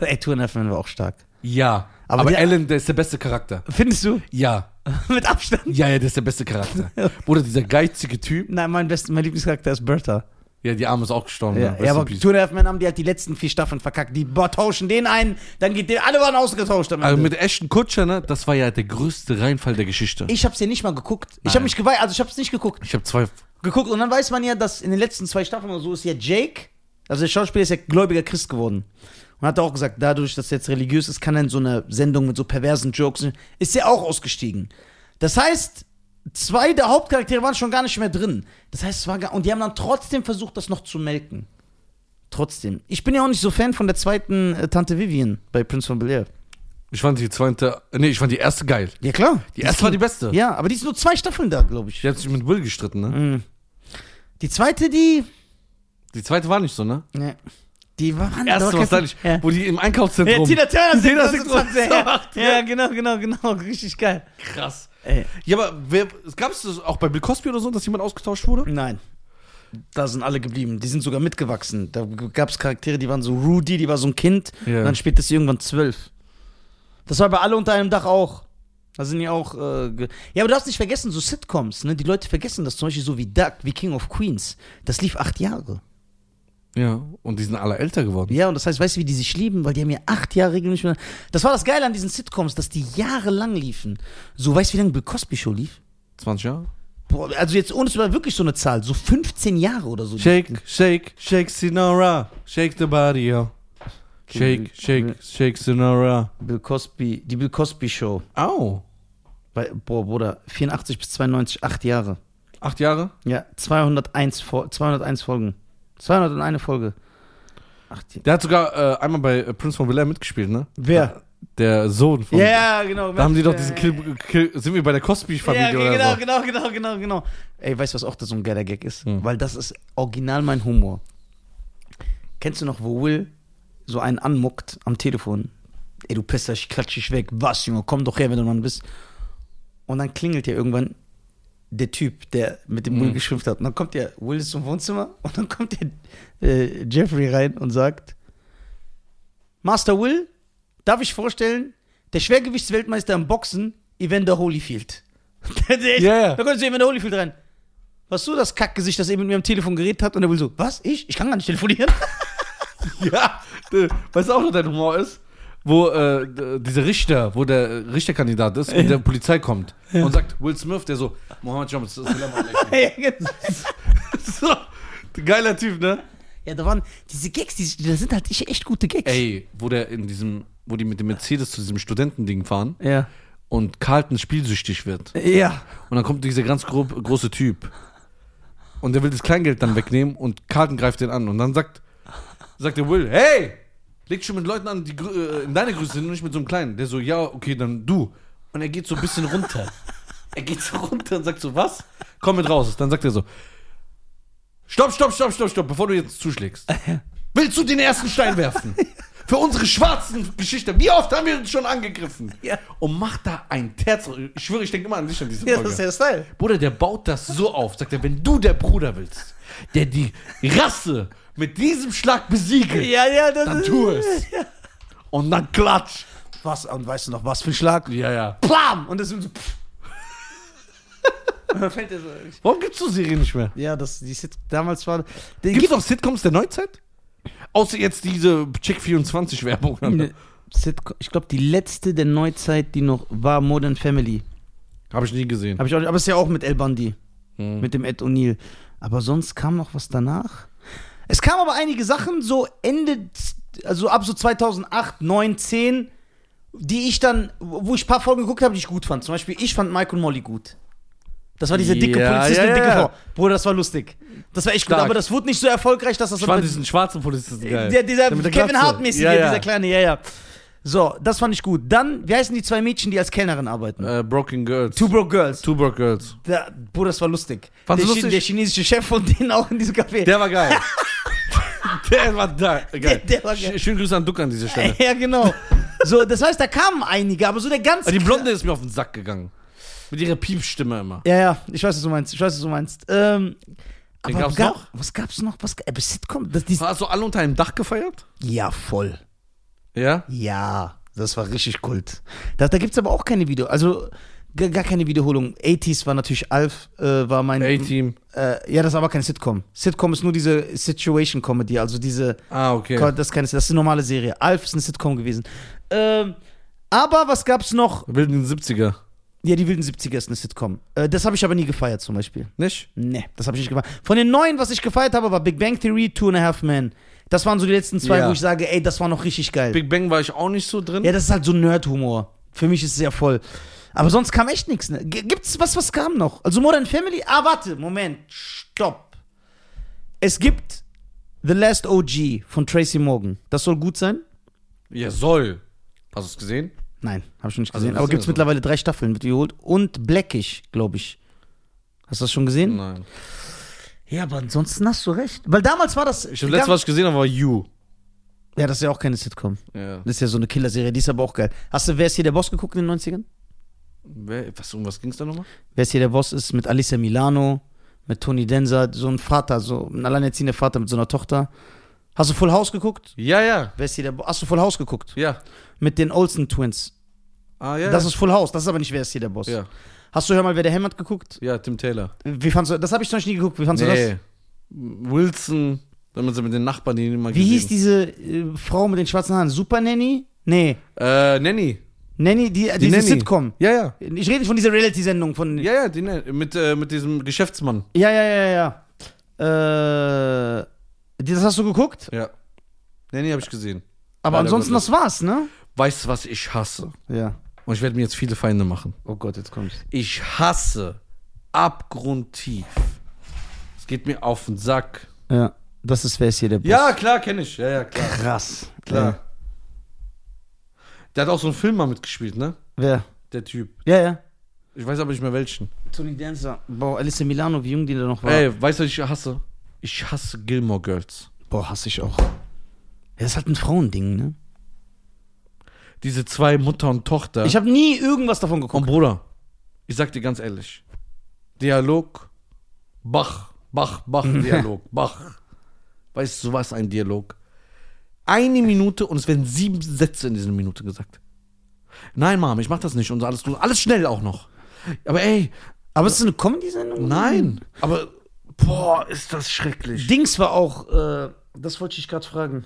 Ey, Two and a Half Men war auch stark. Ja. Aber Aber, der- Alan, der ist der beste Charakter. Findest du? Ja. mit Abstand? Ja, ja, der ist der beste Charakter. Bruder, dieser geizige Typ. Nein, mein, best, mein Lieblingscharakter ist Bertha. Ja, die Arme ist auch gestorben. Ja, ne? ja aber Rest in Two and a Half Men haben die halt die letzten vier Staffeln verkackt. Die boah, tauschen den einen, dann geht der. Alle waren ausgetauscht am peace. also Ende. mit Ashton Kutscher, ne? Das war ja der größte Reinfall der Geschichte. ich hab's ja nicht mal geguckt. Ich Nein. hab mich geweigert, also ich hab's nicht geguckt. Ich habe zwei geguckt und dann weiß man ja, dass in den letzten zwei Staffeln oder so ist ja Jake, also der Schauspieler ist ja gläubiger Christ geworden. Und hat auch gesagt, dadurch, dass er jetzt religiös ist, kann er in so einer Sendung mit so perversen Jokes, ist er auch ausgestiegen. Das heißt, zwei der Hauptcharaktere waren schon gar nicht mehr drin. Das heißt, es war gar, und die haben dann trotzdem versucht, das noch zu melken. Trotzdem. Ich bin ja auch nicht so Fan von der zweiten äh, Tante Vivian bei Prince von Bel Air. Ich fand die zweite, nee, ich fand die erste geil. Ja, klar. Die erste war die beste. Ja, aber die ist nur zwei Staffeln da, glaube ich. Die hat sich mit Will gestritten, ne? Mhm. Die zweite, die. Die zweite war nicht so, ne? Ne. Die waren Erste, doch- was sag ich, Ja. wo die im Einkaufszentrum. Ja, Tina Turner singt Tina das singt im Konzert, ja. macht, ja. genau, genau, genau. Richtig geil. Krass. Ey, Ja, aber wer, gab es das auch bei Bill Cosby oder so, dass jemand ausgetauscht wurde? nein. Da sind alle geblieben. Die sind sogar mitgewachsen. Da gab es Charaktere, die waren so Rudy, die war so ein Kind. Ja. Und dann spielt das irgendwann zwölf. Das war bei alle unter einem Dach auch. Da sind ja auch. Äh, ge- ja, aber du darfst nicht vergessen, so Sitcoms, ne? Die Leute vergessen das zum Beispiel so wie Duck, wie King of Queens. Das lief acht Jahre. Ja, und die sind alle älter geworden. Ja, und das heißt, weißt du, wie die sich lieben? Weil die haben ja acht Jahre regelmäßig. miteinander- Das war das Geile an diesen Sitcoms, dass die jahrelang liefen. So, weißt du, wie lange Bill Cosby Show lief? 20 Jahre? Boah, also jetzt ohne es war wirklich so eine Zahl, so 15 Jahre oder so. Shake, shake, shake Sinora. Shake the body, yo. Shake, shake, shake Sinora. Bill Cosby, die Bill Cosby Show. Au. Bei, boah, Bruder, 84 bis 92, acht Jahre. Acht Jahre? Ja, 201, Fol- 201 Folgen. 201 Folge. Ach, die, Der hat sogar äh, einmal bei äh, Prince von Bel-Air mitgespielt, ne? Wer? Der Sohn von. Ja, genau. Da haben die doch diesen Kill, Kill sind wir bei der Cosby-Familie ja, oder genau, so. genau, genau, genau, genau. Ey, weißt du, was auch das so ein geiler Gag ist? Hm. Weil das ist original mein Humor. Kennst du noch, wo Will so einen anmuckt am Telefon? Ey, du Pisser, ich klatsch dich weg. Was, Junge, komm doch her, wenn du ein Mann bist. Und dann klingelt ja irgendwann der Typ, der mit dem Will Mhm. geschimpft hat. Und dann kommt der Will ist zum Wohnzimmer und dann kommt der äh, Jeffrey rein und sagt: Master Will, darf ich vorstellen, der Schwergewichtsweltmeister im Boxen, Evander Holyfield. der, der, Ja, ja. Da kommt so Evander Holyfield rein. Was du das Kackgesicht, das eben mit mir am Telefon geredet hat und der Will so, was? Ich? Ich kann gar nicht telefonieren. Ja, du, weißt du auch, was dein Humor ist? Wo äh, d- dieser Richter, wo der äh, Richterkandidat ist und der Polizei kommt und sagt, Will Smith, der so, Mohammed Jamal, Salam alaikum. genau. so, geiler Typ, ne? ja, da waren diese Gags, die, das sind halt echt- echt gute Gags. Ey, wo der in diesem, wo die mit dem Mercedes zu diesem Studentending fahren Ja. und Carlton spielsüchtig wird. Ja. Und dann kommt dieser ganz grob, große Typ. Und der will das Kleingeld dann wegnehmen und Carlton greift den an. Und dann sagt, sagt der Will, hey, leg schon mit Leuten an, die grö- äh, in deine Größe sind und nicht mit so einem Kleinen. Der so, ja, okay, dann du. Und er geht so ein bisschen runter. er geht so runter und sagt so, was? Komm mit raus. Dann sagt er so, stopp, stopp, stopp, stopp, stopp, bevor du jetzt zuschlägst. Willst du den ersten Stein werfen? Für unsere schwarzen Geschichte. Wie oft haben wir uns schon angegriffen? Ja. Und macht da ein Terz. Ich schwöre, ich denke immer an dich an diese Ja, Folge. das ist der Style. Bruder, der baut das so auf. Sagt er, wenn du der Bruder willst, der die Rasse mit diesem Schlag besiegelt, ja, das dann tu es. Und dann klatsch. Was, und weißt du noch, was für ein Schlag? Ja, ja. Plam! Und das sind so. pff. Und dann fällt er so. Warum gibt's so Serien nicht mehr? Ja, das, die Sit damals war. Die Gibt's auch Sitcoms der Neuzeit? Außer jetzt diese Check24-Werbung. Ne, Sitcom- ich glaube, die letzte der Neuzeit, die noch war, Modern Family. Habe ich nie gesehen. Hab ich auch nicht, aber ist ja auch mit El Bandi, Hm. mit dem Ed O'Neill. Aber sonst kam noch was danach. Es kam aber einige Sachen so Ende, also ab so 2008, 9, 10, die ich dann, wo ich ein paar Folgen geguckt habe, die ich gut fand. Zum Beispiel, ich fand Mike und Molly gut. Das war diese dicke Ja, Polizistin, ja, dicke ja. Frau. Bruder, das war lustig. Das war echt gut, Stark. aber das wurde nicht so erfolgreich, dass das Äh, Ich fand diesen schwarzen Polizisten geil. der, dieser Der mit der Kevin Glatze. Hart-mäßige, Ja, ja. dieser kleine, ja, ja. So, das fand ich gut. Dann, wie heißen die zwei Mädchen, die als Kellnerin arbeiten? Äh, Broken Girls. Two Broke Girls. Two Broke Girls. Da, Bruder, das war lustig. Der, Fandst du Chi- lustig? der chinesische Chef von denen auch in diesem Café. Der war geil. der war da. Geil. Der- der war geil. Sch schönen Grüße an Duck an dieser Stelle. ja, genau. So, das heißt, da kamen einige, aber so der ganze. Aber Ah, die Blonde ist mir auf den Sack gegangen. Mit ihrer Piepstimme immer. Ja, ja, ich weiß, was du meinst. Ich weiß, was du meinst. Ähm, Den aber gab's gab- noch? Was gab's noch? Was, äh, Sitcom? Das, die, Hast du alle unter einem Dach gefeiert? ja, voll. Ja. Ja, das war richtig Kult. Da, da gibt es aber auch keine Video, also gar, gar keine Wiederholung. 80s war natürlich Alf, äh, war mein. A-Team. Äh, ja, das ist aber keine Sitcom. Sitcom ist nur diese Situation Comedy, also diese. Ah, okay. Das, ist keine, das ist eine normale Serie. Alf ist eine Sitcom gewesen. Ähm, aber was gab's noch? Wilden 70er. Ja, die wilden 70er ist eine Sitcom. Äh, das habe ich aber nie gefeiert zum Beispiel. Nicht? Nee, das habe ich nicht gefeiert. Von den neuen, was ich gefeiert habe, war Big Bang Theory, Two and a Half Men. Das waren so die letzten zwei, Ja. wo ich sage, ey, das war noch richtig geil. Big Bang war ich auch nicht so drin. ja, das ist halt so Nerd-Humor. Für mich ist es ja voll. Aber sonst kam echt nichts. Ne? G- Gibt's was, was kam noch? Also Modern Family? Ah, warte, Moment, stopp. Es gibt The Last OG von Tracy Morgan. Das soll gut sein? Ja, soll. Hast du es gesehen? Nein, habe ich noch nicht Also, gesehen. das Aber ist gibt's ja so. mittlerweile drei Staffeln, wird geholt. Und Blackish, glaube ich. Hast du das schon gesehen? Nein. Ja, aber ansonsten hast du recht. Weil damals war das. Ich, das letzte, was ich gesehen habe, war You. ja, das ist ja auch keine Sitcom. Ja. Das ist ja so eine Killerserie, die ist aber auch geil. Hast du Wer ist hier der Boss geguckt in den 90ern? Wer, was, um was ging es da nochmal? Wer ist hier der Boss ist mit Alicia Milano, mit Tony Denser, so ein Vater, so ein alleinerziehender Vater mit so einer Tochter. Hast du Full House geguckt? Ja, ja. Wer ist hier der Boss? Hast du Full House geguckt? Ja. Mit den Olsen Twins. Ah, ja. Das ist Full House, das ist aber nicht Wer ist hier der Boss. ja. Hast du Hör mal, wer der hämmert geguckt? ja, Tim Taylor. Wie fandst du das? habe ich noch nie geguckt. Wie fandst du das? Wilson. Dann haben sie mit den Nachbarn, die immer Wie hieß gesehen. diese äh, Frau mit den schwarzen Haaren? Super Nanny? Nee, Äh, Nanny. Nanny, die, äh, diese Nanny. Sitcom. Ja, ja. Ich rede nicht von dieser Reality-Sendung von Ja, ja, die, Nanny. mit, äh, mit diesem Geschäftsmann. Ja, ja, ja, ja. Äh, das hast du geguckt? Ja. Nanny habe ich gesehen. Aber Leider ansonsten, Gottes. das war's, ne? Weißt du, was ich hasse? Ja. Und ich werde mir jetzt viele Feinde machen. Oh Gott, jetzt kommt's. Ich hasse abgrundtief. Es geht mir auf den Sack. Ja. Das ist, wer ist hier der Boss? Ja, klar, kenne ich. Ja, ja, klar. Krass. klar. Ja. Der hat auch so einen Film mal mitgespielt, ne? Wer? Der Typ. Ja, ja. Ich weiß aber nicht mehr welchen. Tony Dancer. Boah, Alice Milano, wie jung die da noch war. Ey, weißt du, was ich hasse? Ich hasse Gilmore Girls. Boah, hasse ich auch. Ja, das ist halt ein Frauending, ne? Diese zwei Mutter und Tochter. Ich habe nie irgendwas davon und geguckt. Bruder, ich sag dir ganz ehrlich. Dialog, Bach, Bach, Bach, Dialog, Bach. Weißt du, was ein Dialog? Eine Minute und es werden sieben Sätze in dieser Minute gesagt. Nein, Mom, ich mach das nicht und so alles, alles schnell auch noch. Aber ey, Aber es ist eine Comedy-Sendung? Um- nein. Aber, boah, ist das schrecklich. Dings war auch, äh, das wollte ich gerade fragen.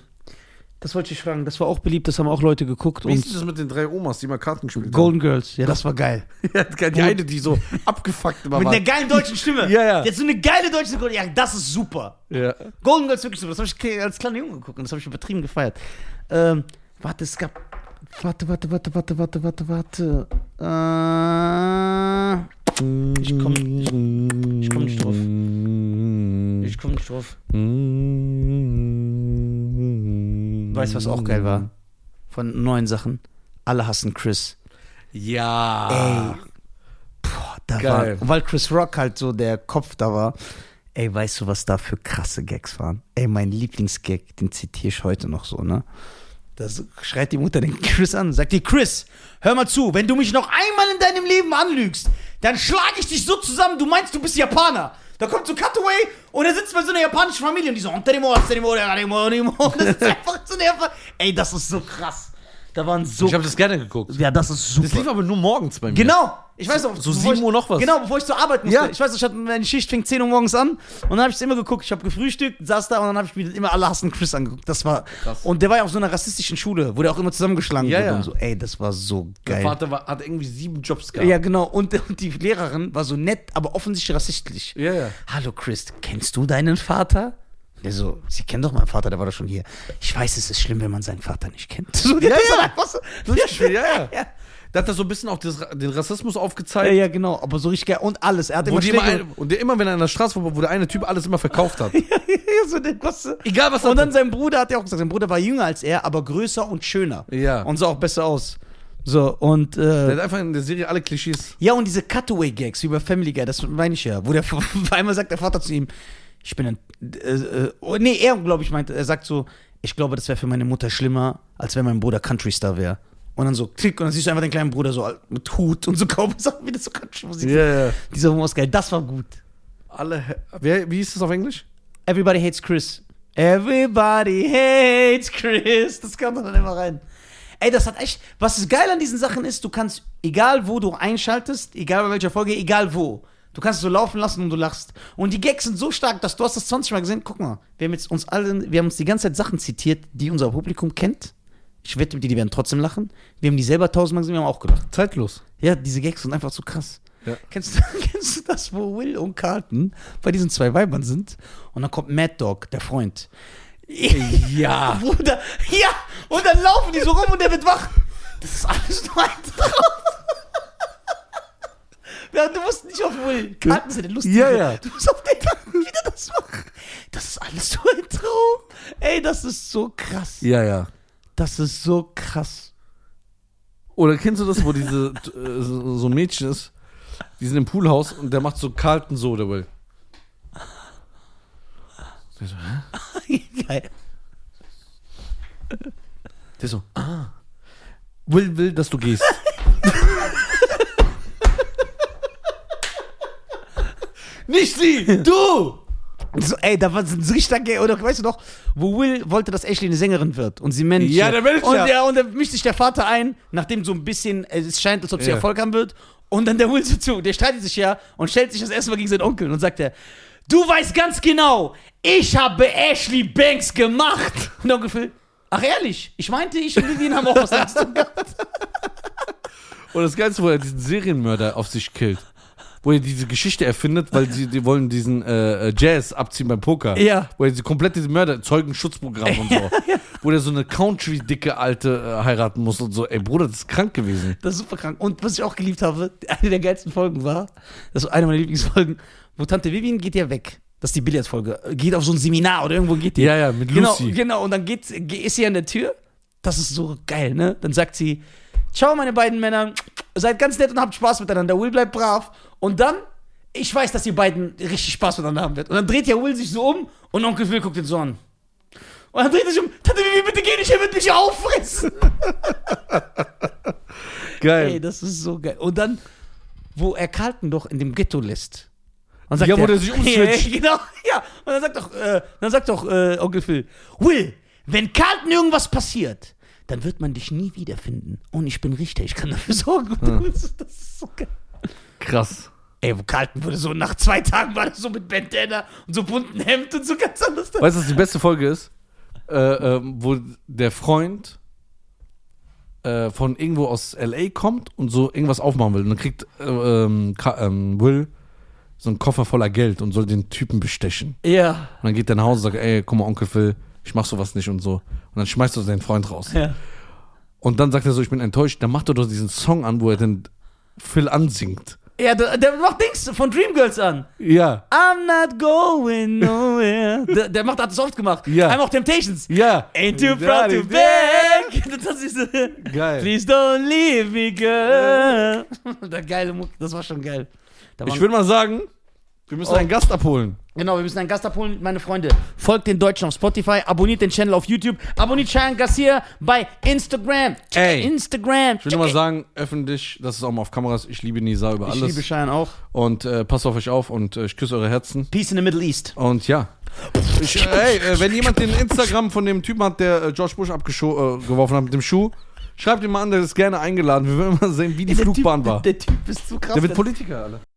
Das wollte ich fragen. Das war auch beliebt, das haben auch Leute geguckt. Wie Und ist das mit den drei Omas, die mal Karten gespielt Golden Girls, ja, das war geil. haben? die eine, die so abgefuckt war. Mit einer geilen deutschen Stimme. Ja, ja. Jetzt so eine geile deutsche Stimme. Ja, das ist super. ja. Golden Girls wirklich super. Das habe ich als kleiner Junge geguckt und das habe ich übertrieben gefeiert. Ähm, warte, es gab. Warte, warte, warte, warte, warte, warte, warte. Äh, ich komme ich komm nicht drauf. Ich ich komm nicht drauf. Weißt Weißt du, was auch geil war? Von neuen Sachen. Alle hassen Chris. Ja. Boah, da Geil. war. Weil Chris Rock halt so der Kopf da war. Ey, weißt du, was da für krasse Gags waren? Ey, mein Lieblingsgag, den zitiere ich heute noch so, ne? Da so- schreit die Mutter den Chris an und sagt dir, Chris, hör mal zu, wenn du mich noch einmal in deinem Leben anlügst, dann schlage ich dich so zusammen, du meinst, du bist Japaner. Da kommt so Cutaway und er sitzt bei so einer japanischen Familie und die so, "Ontarimo, Ontarimo, Ontarimo, Ontarimo." und das ist einfach so nervig. Ey, das ist so krass. Da waren so. Ich habe das gerne geguckt. ja, das ist super. Das lief aber nur morgens bei mir. Genau. Ich weiß noch, so bevor 7 Uhr ich, noch was. Genau, bevor ich zur Arbeit musste. Ja. Ich weiß, noch, ich hatte meine Schicht fing 10 Uhr morgens an und dann habe ich es immer geguckt. Ich habe gefrühstückt, saß da und dann habe ich mir immer alle hassen Chris angeguckt. Das war Krass. und der war ja auf so einer rassistischen Schule, wo der auch immer zusammengeschlagen Ja, wurde ja. und so. Ey, das war so Der geil. Vater war, hat irgendwie sieben Jobs gehabt. Ja, genau. Und, und die Lehrerin war so nett, aber offensichtlich rassistisch. Ja, ja. Hallo Chris, kennst du deinen Vater? Der so, sie kennen doch meinen Vater, der war doch schon hier. Ich weiß, es ist schlimm, wenn man seinen Vater nicht kennt. So, die Ja, hat das ja. einfach so- Ja, ja. ja. Da hat er so ein bisschen auch das, den Rassismus Ja, aufgezeigt. ja, genau, aber so richtig geil. Und alles. Er hat Wo immer die immer Schläge- ein, und der immer, wenn er an der Straße war, wo der eine Typ alles immer verkauft hat. ja, so der Gosse. Egal was er Und dann sein Bruder hat ja auch gesagt, sein Bruder war jünger als er, aber größer und schöner. Ja. Und sah auch besser aus. So, und äh, Der hat einfach in der Serie alle Klischees. ja, und diese Cutaway-Gags wie bei Family Guy, das meine ich ja, wo der einmal sagt der Vater zu ihm, ich bin ein. Äh, äh, oh, nee, er, glaube ich, meint, er sagt so, ich glaube, das wäre für meine Mutter schlimmer, als wenn mein Bruder Countrystar wäre. Und dann so, klick, und dann siehst du einfach den kleinen Bruder so mit Hut und so kaum Sachen, wie das so Country-Musik ist. ja. Dieser Humor ist geil, das war gut. Alle. Wer, wie hieß das auf Englisch? Everybody hates Chris. Everybody hates Chris. Das kam dann immer rein. Ey, das hat echt. Was ist geil an diesen Sachen ist, du kannst, egal wo du einschaltest, egal bei welcher Folge, egal wo, du kannst es so laufen lassen und du lachst. Und die Gags sind so stark, dass du hast das 20 Mal gesehen. Guck mal, wir haben jetzt uns allen, wir haben uns die ganze Zeit Sachen zitiert, die unser Publikum kennt. Ich wette mit dir, die werden trotzdem lachen. Wir haben die selber tausendmal gesehen, wir haben auch gelacht. Zeitlos. Ja, diese Gags sind einfach so krass. Ja. Kennst, du, kennst du das, wo Will und Carlton bei diesen zwei Weibern sind? Und dann kommt Mad Dog, der Freund. Ja. Bruder, ja! Und dann laufen die so rum und der wird wach. Das ist alles nur ein Traum. Ja, du musst nicht auf Will. Karten sind der Lustige. Ja, ja. Du musst auf den Karten wieder das machen. Das ist alles nur ein Traum. Ey, das ist so krass. Ja, ja. Das ist so krass. Oder kennst du das, wo diese äh, so so ein Mädchen ist, die sind im Poolhaus und der macht so kalten so, der Will. Der so, hä? Geil. Der so, ah. Will will, dass du gehst. Nicht sie, du! So, ey, da war ein richtig geil. Oder weißt du noch, wo Will wollte, dass Ashley eine Sängerin wird und sie Manager. Ja, der Manager. Und, ja, und da mischt sich der Vater ein, nachdem so ein bisschen, äh, es scheint, als ob sie Ja. Erfolg haben wird. Und dann der Will so zu, der streitet sich ja und stellt sich das erste Mal gegen seinen Onkel und sagt er, du weißt ganz genau, ich habe Ashley Banks gemacht. Und der Onkel Phil, ach ehrlich, ich meinte, ich und Vivian haben auch was damit zu tun gehabt. Und das Ganze, wo er diesen Serienmörder auf sich killt. Wo er diese Geschichte erfindet, weil sie die wollen diesen äh, äh, Jazz abziehen beim Poker. Ja. Wo er diese komplette Mörder, Zeugenschutzprogramm und so. Wo er so eine Country-dicke Alte äh, heiraten muss und so. Ey, Bruder, das ist krank gewesen. Das ist super krank. Und was ich auch geliebt habe, eine der geilsten Folgen war, das war eine meiner Lieblingsfolgen, wo Tante Vivian geht ja weg. Das ist die Billardfolge. Geht auf so ein Seminar oder irgendwo geht die. Ja, ja, mit Genau, Lucy. genau. Und dann geht, ge- ist sie an der Tür. Das ist so geil, ne? Dann sagt sie, ciao, meine beiden Männer. Seid ganz nett und habt Spaß miteinander. Will bleibt brav. Und dann, ich weiß, dass ihr beiden richtig Spaß miteinander haben werdet. Und dann dreht ja Will sich so um und Onkel Phil guckt ihn so an. Und dann dreht er sich um, Tante Vivian, bitte geh nicht, er wird mich auffressen. Geil. Ey, das ist so geil. Und dann, wo er Carlton doch in dem Ghetto lässt. Und sagt Ja, wo er- der sich umswitcht. Ja, genau, ja. Und dann sagt doch, äh, dann sagt doch äh, Onkel Phil, Will, wenn Carlton irgendwas passiert, dann wird man dich nie wiederfinden. Und ich bin Richter, ich kann dafür sorgen. Ah. Das ist so geil. Krass. Ey, wo Carlton wurde so, nach zwei Tagen war das so mit Bandana und so bunten Hemd und so ganz anders. da. Weißt du, was die beste Folge ist? Äh, ähm, wo der Freund äh, von irgendwo aus L.A. kommt und so irgendwas aufmachen will. Und dann kriegt äh, ähm, Ka- ähm, Will so einen Koffer voller Geld und soll den Typen bestechen. Ja, Und dann geht er nach Hause und sagt, ey, guck mal, Onkel Phil, ich mach sowas nicht und so. Und dann schmeißt er seinen Freund raus. ja. Und dann sagt er so, ich bin enttäuscht. Dann macht er doch diesen Song an, wo er den Phil ansingt. Ja, der, der macht Dings von Dreamgirls an. Ja. I'm not going nowhere. der, der macht, hat das oft gemacht. Ja. Einmal auch Temptations. Ja. Ain't too proud to beg. Das ist so. Geil. Please don't leave me, girl. Der geile Muck, das war schon geil. Da Ich waren- würde mal sagen, wir müssen Oh. einen Gast abholen. genau, wir müssen einen Gast abholen, meine Freunde. Folgt den Deutschen auf Spotify, abonniert den Channel auf YouTube, abonniert Cheyenne Garcia bei Instagram. Ey. Instagram. Ich will nur mal sagen, öffentlich, das ist auch mal auf Kameras. Ich liebe Nisa über ich alles. liebe Cheyenne auch. und äh, passt auf euch auf und äh, ich küsse eure Herzen. Peace in the Middle East. Und ja. Ich, ey, äh, wenn jemand den Instagram von dem Typen hat, der äh, George Bush abgeworfen hat mit dem Schuh, schreibt ihm mal an, der ist gerne eingeladen. Wir wollen mal sehen, wie die Flugbahn war. Der Typ ist so krass. Der wird Politiker, alle.